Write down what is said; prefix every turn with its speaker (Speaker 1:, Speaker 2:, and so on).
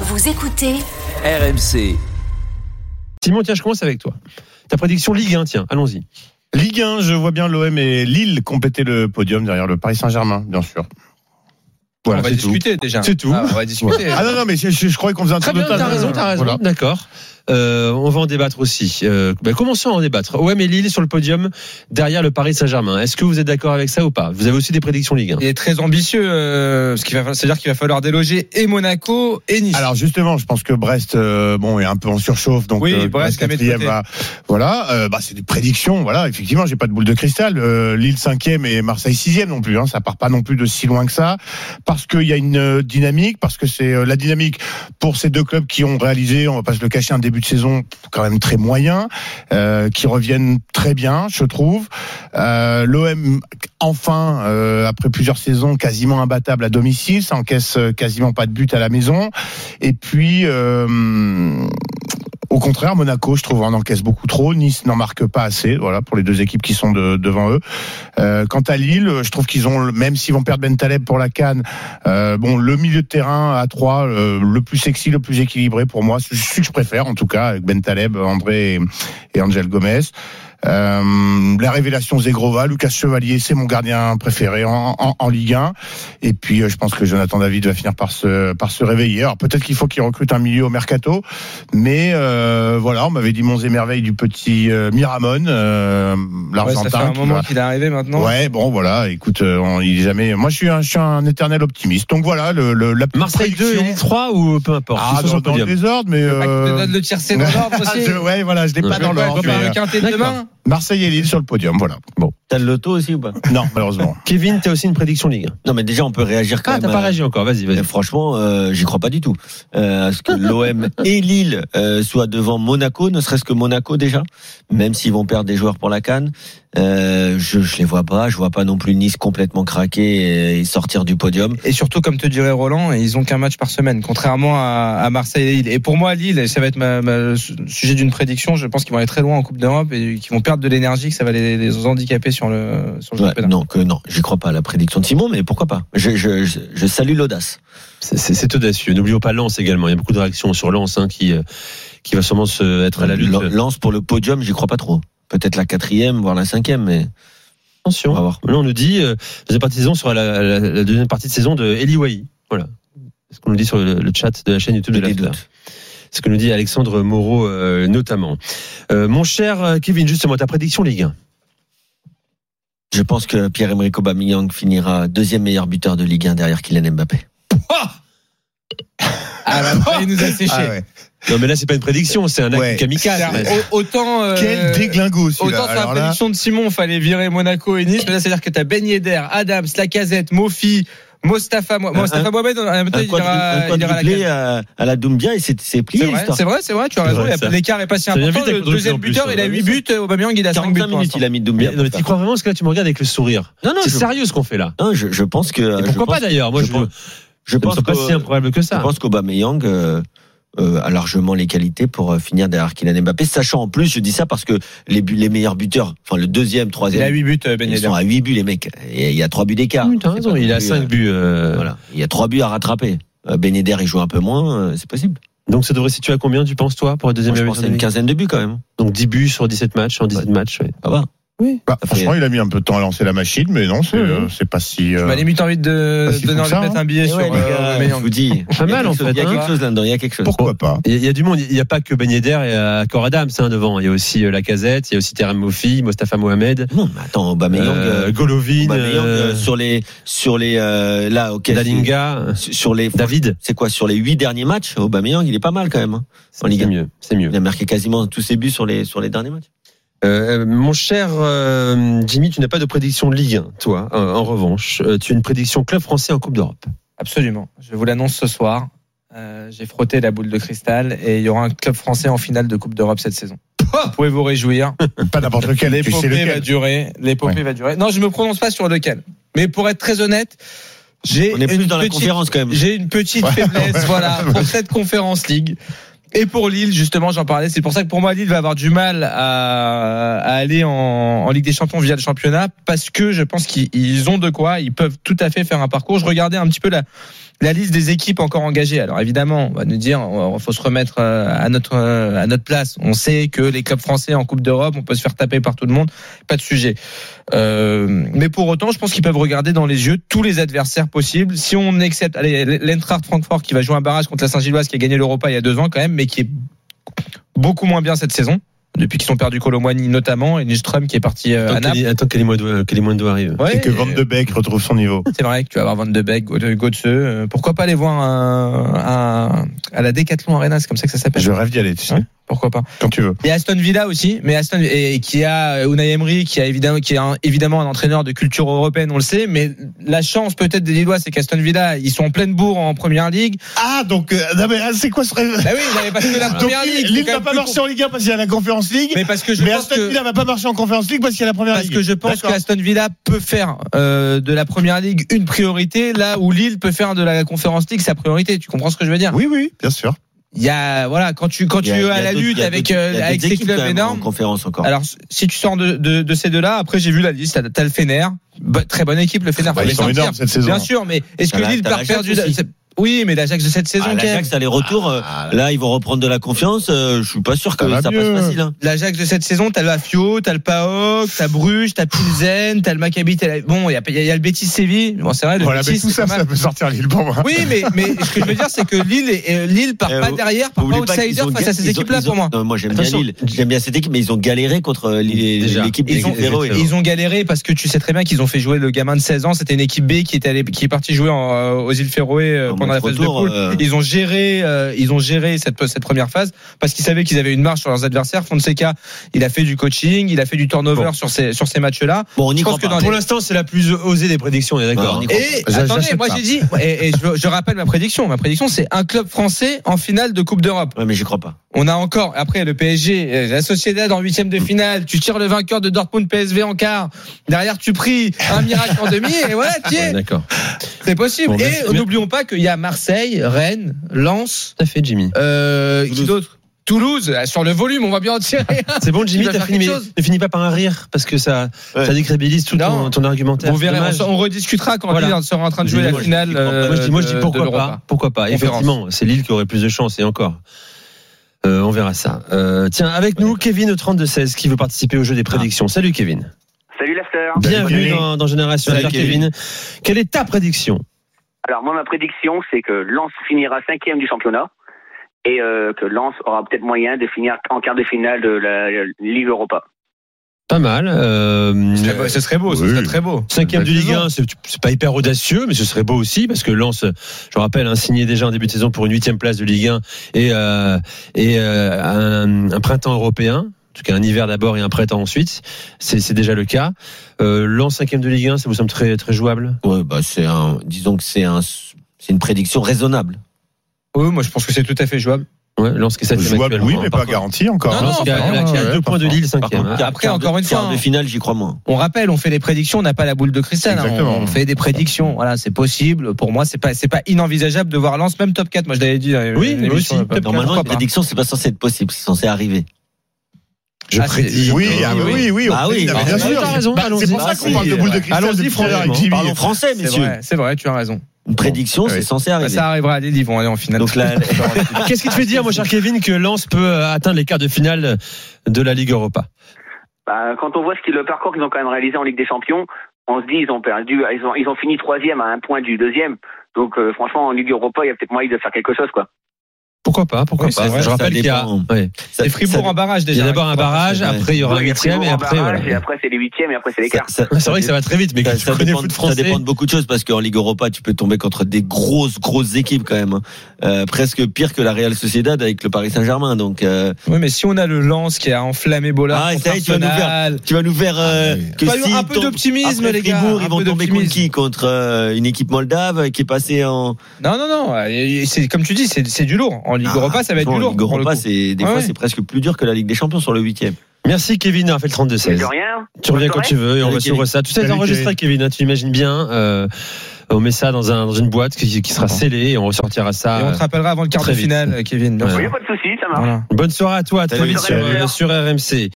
Speaker 1: Vous écoutez
Speaker 2: RMC.
Speaker 3: Simon, tiens, je commence avec toi. Ta prédiction Ligue 1, tiens, allons-y.
Speaker 4: Ligue 1, je vois bien l'OM et Lille compléter le podium derrière le Paris Saint-Germain, bien sûr.
Speaker 5: on va
Speaker 4: c'est tout.
Speaker 5: discuter déjà.
Speaker 4: C'est tout.
Speaker 5: Ah, on va discuter.
Speaker 4: Ah non, non, mais je, je- je croyais qu'on faisait un
Speaker 3: Très
Speaker 4: tour
Speaker 3: bien,
Speaker 4: de table.
Speaker 3: t'as raison, t'as raison.
Speaker 4: Voilà.
Speaker 3: D'accord. Euh, on va en débattre aussi. Euh, ben, commençons à en débattre. OM et Lille sur le podium derrière le Paris Saint-Germain. Est-ce que vous êtes d'accord avec ça ou pas Vous avez aussi des prédictions Ligue 1.
Speaker 5: Il est très ambitieux, euh, parce qu'il va, c'est-à-dire qu'il va falloir déloger et Monaco et Nice.
Speaker 4: Alors justement, je pense que Brest, euh, bon, est un peu en surchauffe, donc
Speaker 5: Oui,
Speaker 4: euh,
Speaker 5: Brest, la met de
Speaker 4: quatrième,
Speaker 5: côté.
Speaker 4: va- voilà, euh, bah, c'est des prédictions, voilà. Effectivement, j'ai pas de boule de cristal. Euh, Lille cinquième et Marseille sixième non plus. Hein, ça part pas non plus de si loin que ça, parce qu'il y a une euh, dynamique, parce que c'est euh, la dynamique pour ces deux clubs qui ont réalisé, on va pas se le cacher, un début de saison quand même très moyen, euh, qui reviennent très bien, je trouve. Euh, L'OM enfin, euh, après plusieurs saisons quasiment imbattable à domicile, ça encaisse euh, quasiment pas de but à la maison. Et puis, euh, au contraire, Monaco, je trouve, en encaisse beaucoup trop. Nice n'en marque pas assez, voilà, pour les deux équipes qui sont de- devant eux. Euh, quant à Lille, euh, je trouve qu'ils ont, le- même s'ils vont perdre Ben Taleb pour la Cannes, euh, bon, le milieu de terrain à 3, le plus sexy, le plus équilibré pour moi, c'est celui que je préfère, en tout cas, avec Ben Taleb, André et, et Angel Gomez. Euh, la révélation Zegrova, Lucas Chevalier, c'est mon gardien préféré en, en- en Ligue 1. Et puis, euh, je pense que Jonathan David va finir par se, par se réveiller. Alors, peut-être qu'il faut qu'il recrute un milieu au mercato, mais euh, voilà, on m'avait dit Monts et Merveilles du petit euh, Miramon, euh,
Speaker 5: Ouais,
Speaker 4: l'Argentin.
Speaker 5: ça fait un
Speaker 4: qui
Speaker 5: moment
Speaker 4: va-
Speaker 5: qu'il est arrivé maintenant.
Speaker 4: Ouais, bon, voilà, écoute, euh, on- il est jamais. Moi, je suis, un, je suis un éternel optimiste. Donc voilà, le, le- la petite
Speaker 3: Marseille 2 et
Speaker 4: prédiction-
Speaker 3: Lille 3 ou peu importe.
Speaker 4: Ah,
Speaker 3: Ils sont
Speaker 4: dans,
Speaker 3: sur le
Speaker 4: dans le
Speaker 3: podium.
Speaker 4: désordre, mais.
Speaker 5: Ah, tu te
Speaker 4: euh,
Speaker 5: donnes le tiercé dans l'ordre
Speaker 4: ah,
Speaker 5: aussi.
Speaker 4: je- ouais, voilà, je l'ai
Speaker 3: Ouais.
Speaker 4: pas dans l'ordre.
Speaker 5: Comparer
Speaker 4: mais,
Speaker 5: le
Speaker 4: euh,
Speaker 5: quintet de
Speaker 3: D'accord.
Speaker 5: demain.
Speaker 4: Marseille et Lille sur le podium, voilà.
Speaker 6: T'as le loto aussi ou pas
Speaker 4: Non, malheureusement.
Speaker 3: Kevin, t'as aussi une prédiction Ligue 1.
Speaker 6: Non, mais déjà, on peut réagir quand
Speaker 3: Ah,
Speaker 6: même.
Speaker 3: t'as
Speaker 6: à-
Speaker 3: pas réagi encore. Vas-y, vas-y.
Speaker 6: Mais Franchement, euh, j'y crois pas du tout. Euh, à ce que l'OM et Lille euh, soient devant Monaco, ne serait-ce que Monaco déjà, même s'ils vont perdre des joueurs pour la Cannes, euh, je, je les vois pas. Je vois pas non plus Nice complètement craquer et, et sortir du podium.
Speaker 5: Et surtout, comme te dirait Roland, ils ont qu'un match par semaine, contrairement à, à Marseille et Lille. Et pour moi, Lille, et ça va être ma, ma- le sujet d'une prédiction. Je pense qu'ils vont aller très loin en Coupe d'Europe et qu'ils vont perdre de l'énergie, que ça va les, les handicaper sur le, sur le
Speaker 6: Ouais,
Speaker 5: championnat.
Speaker 6: non, que non, j'y crois pas à la prédiction de Simon, mais pourquoi pas Je, je, je, je salue l'audace.
Speaker 3: C'est- C'est c'est audacieux. N'oublions pas Lens également. Il y a beaucoup de réactions sur Lens hein, qui, euh, qui va sûrement se, être à la lutte.
Speaker 6: Lance pour le podium, j'y crois pas trop. Peut-être la quatrième, voire la cinquième, mais on
Speaker 3: Attention.
Speaker 6: va voir.
Speaker 3: Là, on nous dit, euh, deuxième partie de saison sera la, la- la deuxième partie de saison de Eli Wai. Voilà. C'est ce qu'on nous dit sur le, le chat de la chaîne YouTube de
Speaker 6: Des
Speaker 3: la
Speaker 6: doutes.
Speaker 3: C'est ce que nous dit Alexandre Moreau euh, notamment. Euh, mon cher euh, Kevin, justement, ta prédiction Ligue 1.
Speaker 6: Je pense que Pierre-Emerick Aubameyang finira deuxième meilleur buteur de Ligue 1 derrière Kylian Mbappé.
Speaker 5: Ah, bah, après, il nous a séché.
Speaker 4: Ah ouais.
Speaker 3: Non, mais là, c'est pas une prédiction, c'est un acte
Speaker 4: Ouais.
Speaker 3: kamikaze.
Speaker 5: C'est-à-dire, au- Autant. euh,
Speaker 4: Quel déglingo celui-là.
Speaker 5: Autant sur la
Speaker 4: Alors là,
Speaker 5: prédiction de Simon, fallait virer Monaco et Nice, mais là c'est-à-dire que t'as Ben Yedder, Adams, Lacazette, Mofi, Mostafa, Mo- Mostafa Mohamed, en même temps,
Speaker 6: un
Speaker 5: il
Speaker 6: quadru- un
Speaker 5: ira, il ira à la
Speaker 6: quadruplé
Speaker 5: canne.
Speaker 6: à, à la Doumbia et c'est c'est
Speaker 5: C'est
Speaker 6: plié
Speaker 5: vrai,
Speaker 6: l'histoire.
Speaker 5: c'est vrai, c'est vrai, tu as
Speaker 3: C'est
Speaker 5: raison,
Speaker 3: vrai,
Speaker 5: il y a-
Speaker 3: ça.
Speaker 5: l'écart est pas si
Speaker 3: Ça vient
Speaker 5: important.
Speaker 3: vite avec
Speaker 5: Le
Speaker 3: le quadruplé en
Speaker 5: deuxième
Speaker 3: plus,
Speaker 5: buteur,
Speaker 3: ouais.
Speaker 5: il a 8 buts, euh, Aubameyang il a 5 buts
Speaker 6: 45
Speaker 5: pour
Speaker 6: minutes
Speaker 5: l'instant.
Speaker 6: il a mis Doumbia.
Speaker 3: Mais, non, mais tu crois vraiment parce que là, tu me regardes avec le sourire.
Speaker 6: Non, non,
Speaker 3: c'est
Speaker 6: Ah, je,
Speaker 3: sérieux ce qu'on fait là.
Speaker 6: non, je, je pense que.
Speaker 3: Et
Speaker 6: je
Speaker 3: pourquoi
Speaker 6: pense-
Speaker 3: pas d'ailleurs Moi, je,
Speaker 6: je pense- Je
Speaker 3: je pense
Speaker 6: pense
Speaker 3: pas si
Speaker 6: que.
Speaker 3: improbable que
Speaker 6: Je
Speaker 3: ça.
Speaker 6: pense qu'Aubameyang euh, euh, a largement les qualités pour euh, finir derrière Kylian Mbappé, sachant en plus, je dis ça parce que les, bu- les meilleurs buteurs, enfin le deuxième,
Speaker 5: Il a
Speaker 6: troisième,
Speaker 5: 8 buts, euh, Ben
Speaker 6: ils
Speaker 5: Yedder.
Speaker 6: sont à 8 buts les mecs. Et il y a 3 buts d'écart.
Speaker 3: Oui, t'as
Speaker 6: C'est
Speaker 3: raison,
Speaker 6: pas non
Speaker 3: hein, il a
Speaker 6: plus,
Speaker 3: 5
Speaker 6: euh,
Speaker 3: buts. euh,
Speaker 6: Voilà, il y a 3 buts à rattraper. Euh, Ben Yedder, il joue un peu moins, euh, c'est possible.
Speaker 3: Donc ça devrait se situer à combien, tu penses, toi, pour la deuxième
Speaker 6: Moi, je
Speaker 3: émission
Speaker 6: pense à
Speaker 3: de
Speaker 6: une
Speaker 3: Ligue
Speaker 6: quinzaine de buts quand même.
Speaker 3: Donc 10 buts sur 17 matchs, en 17 matchs. ouais.
Speaker 6: Ça va.
Speaker 4: bah,
Speaker 6: ça fait-
Speaker 4: franchement, il a mis un peu de temps à lancer la machine, mais non, c'est
Speaker 3: Mhm.
Speaker 4: euh, c'est pas si. euh,
Speaker 5: Je m'avais mis envie de
Speaker 4: Bah, s'ils
Speaker 5: donner
Speaker 4: font
Speaker 5: envie de
Speaker 4: ça,
Speaker 5: mettre
Speaker 4: hein.
Speaker 5: un billet
Speaker 6: Et
Speaker 5: sur
Speaker 6: ouais, les gars,
Speaker 5: euh,
Speaker 6: je
Speaker 5: Aubameyang.
Speaker 6: vous dis.
Speaker 3: Pas
Speaker 6: Il y a
Speaker 3: mal,
Speaker 6: quelque
Speaker 3: en
Speaker 6: chose-
Speaker 3: fait,
Speaker 6: Il y a quelque
Speaker 5: hein.
Speaker 6: chose là-dedans, il y a quelque chose.
Speaker 4: pourquoi pas
Speaker 3: Il y a- il y a du monde. Il n'y a pas que Ben Yedder et euh, Cor Adams hein, devant. Il y a aussi euh, Lacazette, il y a aussi Terem Mofi, Mostafa Mohamed,
Speaker 6: Non, mais attends, Aubameyang,
Speaker 3: euh,
Speaker 6: euh,
Speaker 3: Golovin,
Speaker 6: Aubameyang euh,
Speaker 3: euh,
Speaker 6: sur les sur les euh, là, ok,
Speaker 3: Dalinga,
Speaker 6: sur sur les
Speaker 3: David.
Speaker 6: c'est quoi sur les huit derniers matchs, Aubameyang, il est pas mal quand même. hein.
Speaker 3: C'est
Speaker 6: Ligue un.
Speaker 3: mieux. C'est mieux.
Speaker 6: Il a marqué quasiment tous ses buts sur les sur les derniers matchs.
Speaker 3: Euh, euh, mon cher euh, Jimmy, tu n'as pas de prédiction de Ligue 1, toi. Euh, en revanche, Euh, tu as une prédiction club français en Coupe d'Europe.
Speaker 5: Absolument. Je vous l'annonce ce soir. Euh, J'ai frotté la boule de cristal et il y aura un club français en finale de Coupe d'Europe cette saison. Vous pouvez vous réjouir.
Speaker 4: Pas n'importe lequel, tu sais
Speaker 5: L'épopée va
Speaker 4: lequel.
Speaker 5: durer. L'épopée
Speaker 4: Ouais.
Speaker 5: va durer. Non, je me prononce pas sur lequel. Mais pour être très honnête, j'ai
Speaker 6: On est
Speaker 5: une
Speaker 6: plus dans la
Speaker 5: petite-
Speaker 6: conférence quand même.
Speaker 5: J'ai une petite faiblesse, voilà, pour cette conférence ligue. Et pour Lille, justement, j'en parlais. C'est pour ça que pour moi, Lille va avoir du mal à, à aller en, en Ligue des Champions via le championnat parce que je pense qu'ils ils ont de quoi. Ils peuvent tout à fait faire un parcours. Je regardais un petit peu la, la liste des équipes encore engagées. Alors évidemment, on va nous dire, il faut se remettre euh, à notre euh, à notre place. On sait que les clubs français en Coupe d'Europe, on peut se faire taper par tout le monde, pas de sujet. Euh, mais pour autant, je pense qu'ils peuvent regarder dans les yeux tous les adversaires possibles. Si on accepte allez, l'Eintracht Francfort qui va jouer un barrage contre la Saint-Gilloise qui a gagné l'Europa il y a deux ans quand même, mais qui est beaucoup moins bien cette saison. Depuis qu'ils ont perdu Colomwani notamment et Nistrum qui est parti euh, à
Speaker 3: Attends
Speaker 5: Naples.
Speaker 3: qu'Eli- Attends qu'Elimundo euh, arrive.
Speaker 5: Ouais,
Speaker 4: Et que Van de Beek retrouve son niveau.
Speaker 5: c'est vrai que tu vas avoir Van de Beek, Götze. euh, Pourquoi pas aller voir un, un- à la Decathlon Arena, c'est comme ça que ça s'appelle.
Speaker 4: Je rêve d'y aller, tu sais,
Speaker 5: Ouais. Pourquoi pas.
Speaker 4: quand tu veux.
Speaker 5: Et Aston Villa aussi, mais Aston et qui a euh, Unai Emery, qui a évidemment, qui est un- évidemment un entraîneur de culture européenne, on le sait. Mais la chance peut-être des Lillois, c'est qu'Aston Villa, ils sont en pleine bourre en première ligue.
Speaker 4: Ah, donc, euh, non, mais, ah, c'est quoi ce rêve
Speaker 5: Bah oui, mais parce que la
Speaker 4: Donc,
Speaker 5: première ligue,
Speaker 4: Lille
Speaker 5: c'est
Speaker 4: Lille
Speaker 5: quand
Speaker 4: va
Speaker 5: même
Speaker 4: pas
Speaker 5: plus
Speaker 4: marcher en Ligue 1 parce qu'il y a la Conférence League.
Speaker 5: com- Mais parce que je
Speaker 4: mais
Speaker 5: pense
Speaker 4: Aston
Speaker 5: que
Speaker 4: Villa va pas marcher en Conférence League parce qu'il y a la première
Speaker 5: parce
Speaker 4: ligue.
Speaker 5: que je pense
Speaker 4: D'accord.
Speaker 5: qu'Aston Villa peut faire euh, de la première ligue une priorité, là où Lille peut faire de la Conférence League sa priorité. Tu comprends ce que je veux dire
Speaker 4: Oui, oui, bien sûr.
Speaker 5: Il y a voilà quand tu quand
Speaker 6: Il
Speaker 5: tu
Speaker 6: y a-
Speaker 5: es
Speaker 6: il y a
Speaker 5: à la
Speaker 6: d'autres- il
Speaker 5: lutte
Speaker 6: y a
Speaker 5: avec
Speaker 6: d'autres- il y
Speaker 5: euh,
Speaker 6: a
Speaker 5: avec
Speaker 6: d'autres
Speaker 5: ces
Speaker 6: équipes quand
Speaker 5: clubs
Speaker 6: même
Speaker 5: énormes.
Speaker 6: En conférence encore.
Speaker 5: Alors, si tu sors de, de, de ces deux-là, après j'ai vu la liste, t'as- t'as le Fener, Bo- très bonne équipe, le Fener.
Speaker 4: Bah,
Speaker 5: faut
Speaker 4: ils
Speaker 5: les
Speaker 4: sont
Speaker 5: sortir.
Speaker 4: énormes cette saison.
Speaker 5: Bien sûr, mais est-ce que
Speaker 6: T'as la-
Speaker 5: Lille
Speaker 6: t'as
Speaker 5: perd
Speaker 6: l'Ajax
Speaker 5: perdu
Speaker 6: aussi.
Speaker 5: c'est- Oui, mais l'Ajax de cette saison, Ah,
Speaker 6: Ah,
Speaker 5: quand même.
Speaker 6: L'Ajax, ça les retours. euh, Là, ils vont reprendre de la confiance. euh, Je suis pas sûr
Speaker 4: Ça
Speaker 6: que
Speaker 4: va
Speaker 6: ça
Speaker 4: mieux.
Speaker 6: passe facile. hein.
Speaker 5: L'Ajax de cette saison, t'as le Afio, t'as le PAOK, t'as Bruges, t'as Pilsen, t'as le Maccabi, t'as la- bon, il y a, il y a- il y a le Betis Séville. Bon, c'est vrai, le
Speaker 4: Voilà, mais
Speaker 5: Betis,
Speaker 4: tout
Speaker 5: c'est
Speaker 4: ça,
Speaker 5: pas mal.
Speaker 4: ça peut sortir Lille pour moi.
Speaker 5: Oui, mais, mais ce que je veux dire, c'est que Lille, est- euh, Lille part
Speaker 6: Euh,
Speaker 5: pas derrière, part pas
Speaker 6: Oublie pas qu'ils
Speaker 5: outsider
Speaker 6: ont
Speaker 5: face
Speaker 6: ga-
Speaker 5: à ces
Speaker 6: ils ont-
Speaker 5: équipes-là
Speaker 6: ils
Speaker 5: pour
Speaker 6: ont-
Speaker 5: moi.
Speaker 6: Non, moi, j'aime bien
Speaker 3: Attention.
Speaker 6: Lille. J'aime bien cette équipe, mais ils ont galéré contre euh, les-
Speaker 3: Déjà.
Speaker 6: l'équipe
Speaker 5: Ils ont-
Speaker 6: des euh. Héros.
Speaker 5: Ils ont galéré parce que tu sais très bien qu'ils ont fait jouer le gamin de 16 ans. C'était une équipe B qui était allée- qui est partie jouer en, euh, aux îles Féroé euh,
Speaker 6: En
Speaker 5: pendant la
Speaker 6: match
Speaker 5: phase
Speaker 6: retour,
Speaker 5: de poule.
Speaker 6: euh,
Speaker 5: Ils ont géré, euh, ils ont géré cette, cette première phase parce qu'ils savaient qu'ils avaient une marge sur leurs adversaires. Fonseca, il a fait du coaching, il a fait du turnover
Speaker 3: Bon.
Speaker 5: sur ces sur ces matchs-là.
Speaker 6: Bon, on y
Speaker 5: Je pense
Speaker 6: croit
Speaker 5: que
Speaker 6: pas.
Speaker 5: dans
Speaker 3: Pour
Speaker 5: les-
Speaker 3: l'instant, c'est la plus osée des prédictions, on est
Speaker 6: Ouais,
Speaker 3: d'accord.
Speaker 6: on y
Speaker 3: hein.
Speaker 6: crois
Speaker 5: Et
Speaker 3: pas.
Speaker 5: attendez,
Speaker 3: J'achète
Speaker 5: moi
Speaker 3: pas.
Speaker 5: j'ai dit, et, et je, je rappelle ma prédiction. Ma prédiction, c'est un club français en finale de Coupe d'Europe.
Speaker 6: Ouais, mais j'y crois pas.
Speaker 5: On a encore, après le PSG, euh, la Sociedad en huitième de finale, tu tires le vainqueur de Dortmund PSV en quart, derrière tu pries un miracle en demi, et voilà, tu y
Speaker 3: Ouais,
Speaker 5: es.
Speaker 3: D'accord.
Speaker 5: c'est possible.
Speaker 3: Bon, merci.
Speaker 5: et n'oublions pas qu'il y a Marseille, Rennes, Lens,
Speaker 3: Tout à fait, Jimmy.
Speaker 5: euh, qui
Speaker 6: Toulouse.
Speaker 5: d'autre Toulouse, euh, sur le volume, on va bien en tirer. un.
Speaker 3: C'est bon, Jimmy,
Speaker 5: Ah, Il va
Speaker 3: t'as
Speaker 5: faire
Speaker 3: fini.
Speaker 5: quelque
Speaker 3: mais
Speaker 5: chose.
Speaker 3: Ne finis pas par un rire parce que ça,
Speaker 6: Ouais.
Speaker 3: ça décrédibilise tout
Speaker 5: Non.
Speaker 3: ton, ton argumentaire.
Speaker 5: on verra, on,
Speaker 3: Dommage.
Speaker 5: s- on rediscutera quand
Speaker 3: Voilà.
Speaker 5: on sera en train de jouer
Speaker 3: Moi,
Speaker 5: la
Speaker 6: je-
Speaker 5: finale.
Speaker 6: moi,
Speaker 3: Moi, je dis, moi, je
Speaker 5: euh,
Speaker 3: dis
Speaker 5: de- de
Speaker 3: pourquoi
Speaker 5: l'Europa.
Speaker 3: pas. Pourquoi pas.
Speaker 5: Conférence.
Speaker 3: Effectivement, c'est Lille qui aurait plus de chance et encore. Euh, on verra ça. Euh, tiens, avec nous, Kevin au 32-16 qui veut participer au jeu des prédictions. Salut Kevin.
Speaker 1: Salut Lester.
Speaker 3: Bienvenue
Speaker 4: Kevin.
Speaker 3: dans, dans Génération
Speaker 6: Salut,
Speaker 3: After, Kevin. Quelle est ta prédiction
Speaker 1: Alors moi ma prédiction c'est que Lens finira cinquième du championnat et euh, que Lens aura peut-être moyen de finir en quart de finale de la Ligue Europa.
Speaker 3: Pas mal. euh,
Speaker 5: Ce serait beau, ce serait beau, ce
Speaker 4: Oui.
Speaker 5: serait très beau.
Speaker 3: Cinquième
Speaker 4: Belle
Speaker 3: du Ligue
Speaker 4: saison.
Speaker 3: 1, c'est c'est pas hyper audacieux, mais ce serait beau aussi parce que Lens, je rappelle, a signé déjà en début de saison pour une huitième place de Ligue 1 et euh, et euh, un, un printemps européen. En tout cas, un hiver d'abord et un printemps ensuite. C'est c'est déjà le cas. Euh, Lens cinquième de Ligue 1, ça vous semble très très jouable.
Speaker 6: Ouais, bah, c'est un, disons que c'est un, c'est une prédiction raisonnable.
Speaker 5: Oui, moi je pense que c'est tout à fait jouable.
Speaker 3: Ouais, Lens qui est septième
Speaker 4: Jouable,
Speaker 3: actuellement.
Speaker 4: oui, mais
Speaker 3: Par
Speaker 4: pas
Speaker 3: contre,
Speaker 4: garanti encore.
Speaker 5: hein, Non,
Speaker 4: hein.
Speaker 5: non,
Speaker 3: Lens qui a,
Speaker 5: par
Speaker 3: là, qui a
Speaker 4: contre,
Speaker 3: deux
Speaker 4: ouais,
Speaker 3: points de
Speaker 4: par
Speaker 3: Lille
Speaker 6: Par
Speaker 3: cinquième.
Speaker 6: contre,
Speaker 3: hein.
Speaker 4: Ah,
Speaker 6: quart-
Speaker 5: Après,
Speaker 6: quart
Speaker 5: encore
Speaker 6: de-
Speaker 5: une fois,
Speaker 6: quart de
Speaker 5: hein.
Speaker 6: finale, j'y crois moins.
Speaker 5: On rappelle, on fait les prédictions, on n'a pas la boule de cristal. hein.
Speaker 4: Exactement.
Speaker 5: On fait des prédictions. Voilà, c'est possible. Pour moi, c'est pas, c'est pas inenvisageable de voir Lens même top 4. Moi, je l'avais dit. dans
Speaker 3: Oui,
Speaker 5: une
Speaker 3: mais
Speaker 5: émission,
Speaker 3: aussi,
Speaker 5: euh,
Speaker 3: top
Speaker 5: pourquoi
Speaker 6: Normalement, une
Speaker 5: pas.
Speaker 6: prédiction, c'est pas censé être possible, c'est censé arriver.
Speaker 3: Je
Speaker 5: Ah, c'est-
Speaker 3: prédis.
Speaker 4: Oui,
Speaker 5: Oui,
Speaker 4: ah,
Speaker 5: oui.
Speaker 4: oui, oui, oui.
Speaker 6: Bah
Speaker 4: on
Speaker 6: oui,
Speaker 4: fait-
Speaker 6: bah,
Speaker 4: bien
Speaker 3: t'as
Speaker 4: sûr.
Speaker 3: raison,
Speaker 4: Bah, C'est pour
Speaker 6: allons-y.
Speaker 4: ça qu'on parle de boule de cristal.
Speaker 3: Allons-y,
Speaker 4: depuis tout à l'heure
Speaker 3: frère,
Speaker 4: avec Jimmy.
Speaker 6: Parlons français,
Speaker 5: C'est
Speaker 6: messieurs. Ah,
Speaker 5: vrai, c'est vrai, tu as raison.
Speaker 6: Une prédiction,
Speaker 4: Ouais.
Speaker 6: c'est censé
Speaker 5: Bah,
Speaker 6: arriver.
Speaker 5: ça arrivera à Lille, ils vont aller en finale.
Speaker 6: Donc là,
Speaker 3: Qu'est-ce qui te fait dire, mon cher Kevin, que Lens peut euh, atteindre les quarts de finale de la Ligue Europa
Speaker 1: Bah, quand on voit ce qui, le parcours qu'ils ont quand même réalisé en Ligue des Champions, on se dit ils ont perdu, ils ont, ils ont fini troisième à un point du deuxième. Donc euh, franchement en Ligue Europa il y a peut-être moyen de faire quelque chose quoi.
Speaker 3: Pourquoi pas Pourquoi
Speaker 5: Oui, c'est
Speaker 3: pas
Speaker 5: vrai,
Speaker 3: Je
Speaker 6: ça
Speaker 3: rappelle qu'il y a,
Speaker 6: dépend.
Speaker 3: ouais.
Speaker 5: c'est Fribourg en barrage
Speaker 3: Il y
Speaker 5: déjà. hein,
Speaker 3: a d'abord un barrage,
Speaker 6: Ouais.
Speaker 3: après il y aura un
Speaker 1: Ouais,
Speaker 3: huitième et
Speaker 1: Fribourg en
Speaker 3: après
Speaker 1: barrage,
Speaker 3: voilà.
Speaker 1: et après c'est les huitièmes et après c'est les
Speaker 6: ça,
Speaker 1: quarts.
Speaker 6: ça-
Speaker 3: C'est vrai que ça va très vite, mais quand
Speaker 6: ça-
Speaker 3: tu
Speaker 6: ça
Speaker 3: connais le
Speaker 6: dépend,
Speaker 3: foot
Speaker 6: ça
Speaker 3: français,
Speaker 6: dépend de beaucoup de choses parce qu'en Ligue Europa, tu peux tomber contre des grosses, grosses équipes quand même. hein. Euh, presque pire que la Real Sociedad avec le Paris Saint-Germain. Donc, euh,
Speaker 5: Oui, mais si on a le Lens qui a enflammé Bola,
Speaker 6: Ah,
Speaker 5: contre
Speaker 6: ça y est, tu vas nous faire-
Speaker 5: Arsenal,
Speaker 6: tu vas nous faire
Speaker 4: Ah,
Speaker 6: euh,
Speaker 4: oui.
Speaker 6: que
Speaker 5: Soyons
Speaker 6: si
Speaker 5: un peu d'optimisme, les gars,
Speaker 6: Fribourg,
Speaker 5: un
Speaker 6: ils vont
Speaker 5: peu
Speaker 6: tomber contre
Speaker 5: d'optimisme.
Speaker 6: qui Contre euh, une équipe moldave qui est passée en
Speaker 5: Non, non, non. euh, C'est comme tu dis, c'est c'est du lourd. En Ligue Europa, ça va être
Speaker 6: Ah, franchement,
Speaker 5: du lourd.
Speaker 6: Ligue
Speaker 5: pour le
Speaker 6: Europa,
Speaker 5: coup.
Speaker 6: c'est des
Speaker 5: Ouais,
Speaker 6: fois
Speaker 5: ouais.
Speaker 6: c'est presque plus dur que la Ligue des Champions sur le huitième.
Speaker 3: merci Kevin, on fait le
Speaker 1: Mais
Speaker 3: 32-16.
Speaker 1: de rien.
Speaker 3: Tu reviens quand
Speaker 1: Bonne
Speaker 3: tu veux et on
Speaker 6: Salut,
Speaker 3: va
Speaker 6: Kevin.
Speaker 3: suivre ça. Tout ça est
Speaker 4: Salut,
Speaker 3: enregistré, Kevin. hein, tu imagines bien. euh, on met ça dans, un, dans une boîte qui, qui sera scellée et on ressortira
Speaker 5: Et on
Speaker 3: ça.
Speaker 5: te rappellera avant le quart
Speaker 3: Très
Speaker 5: de
Speaker 3: vite.
Speaker 5: finale, euh, Kevin. bien
Speaker 3: Ouais.
Speaker 1: soirée.
Speaker 5: sûr.
Speaker 1: Oui, y a pas de souci, ça marche.
Speaker 5: Voilà.
Speaker 3: Bonne soirée à toi, à très
Speaker 6: Salut,
Speaker 3: vite sur,
Speaker 1: Kevin.
Speaker 3: sur RMC.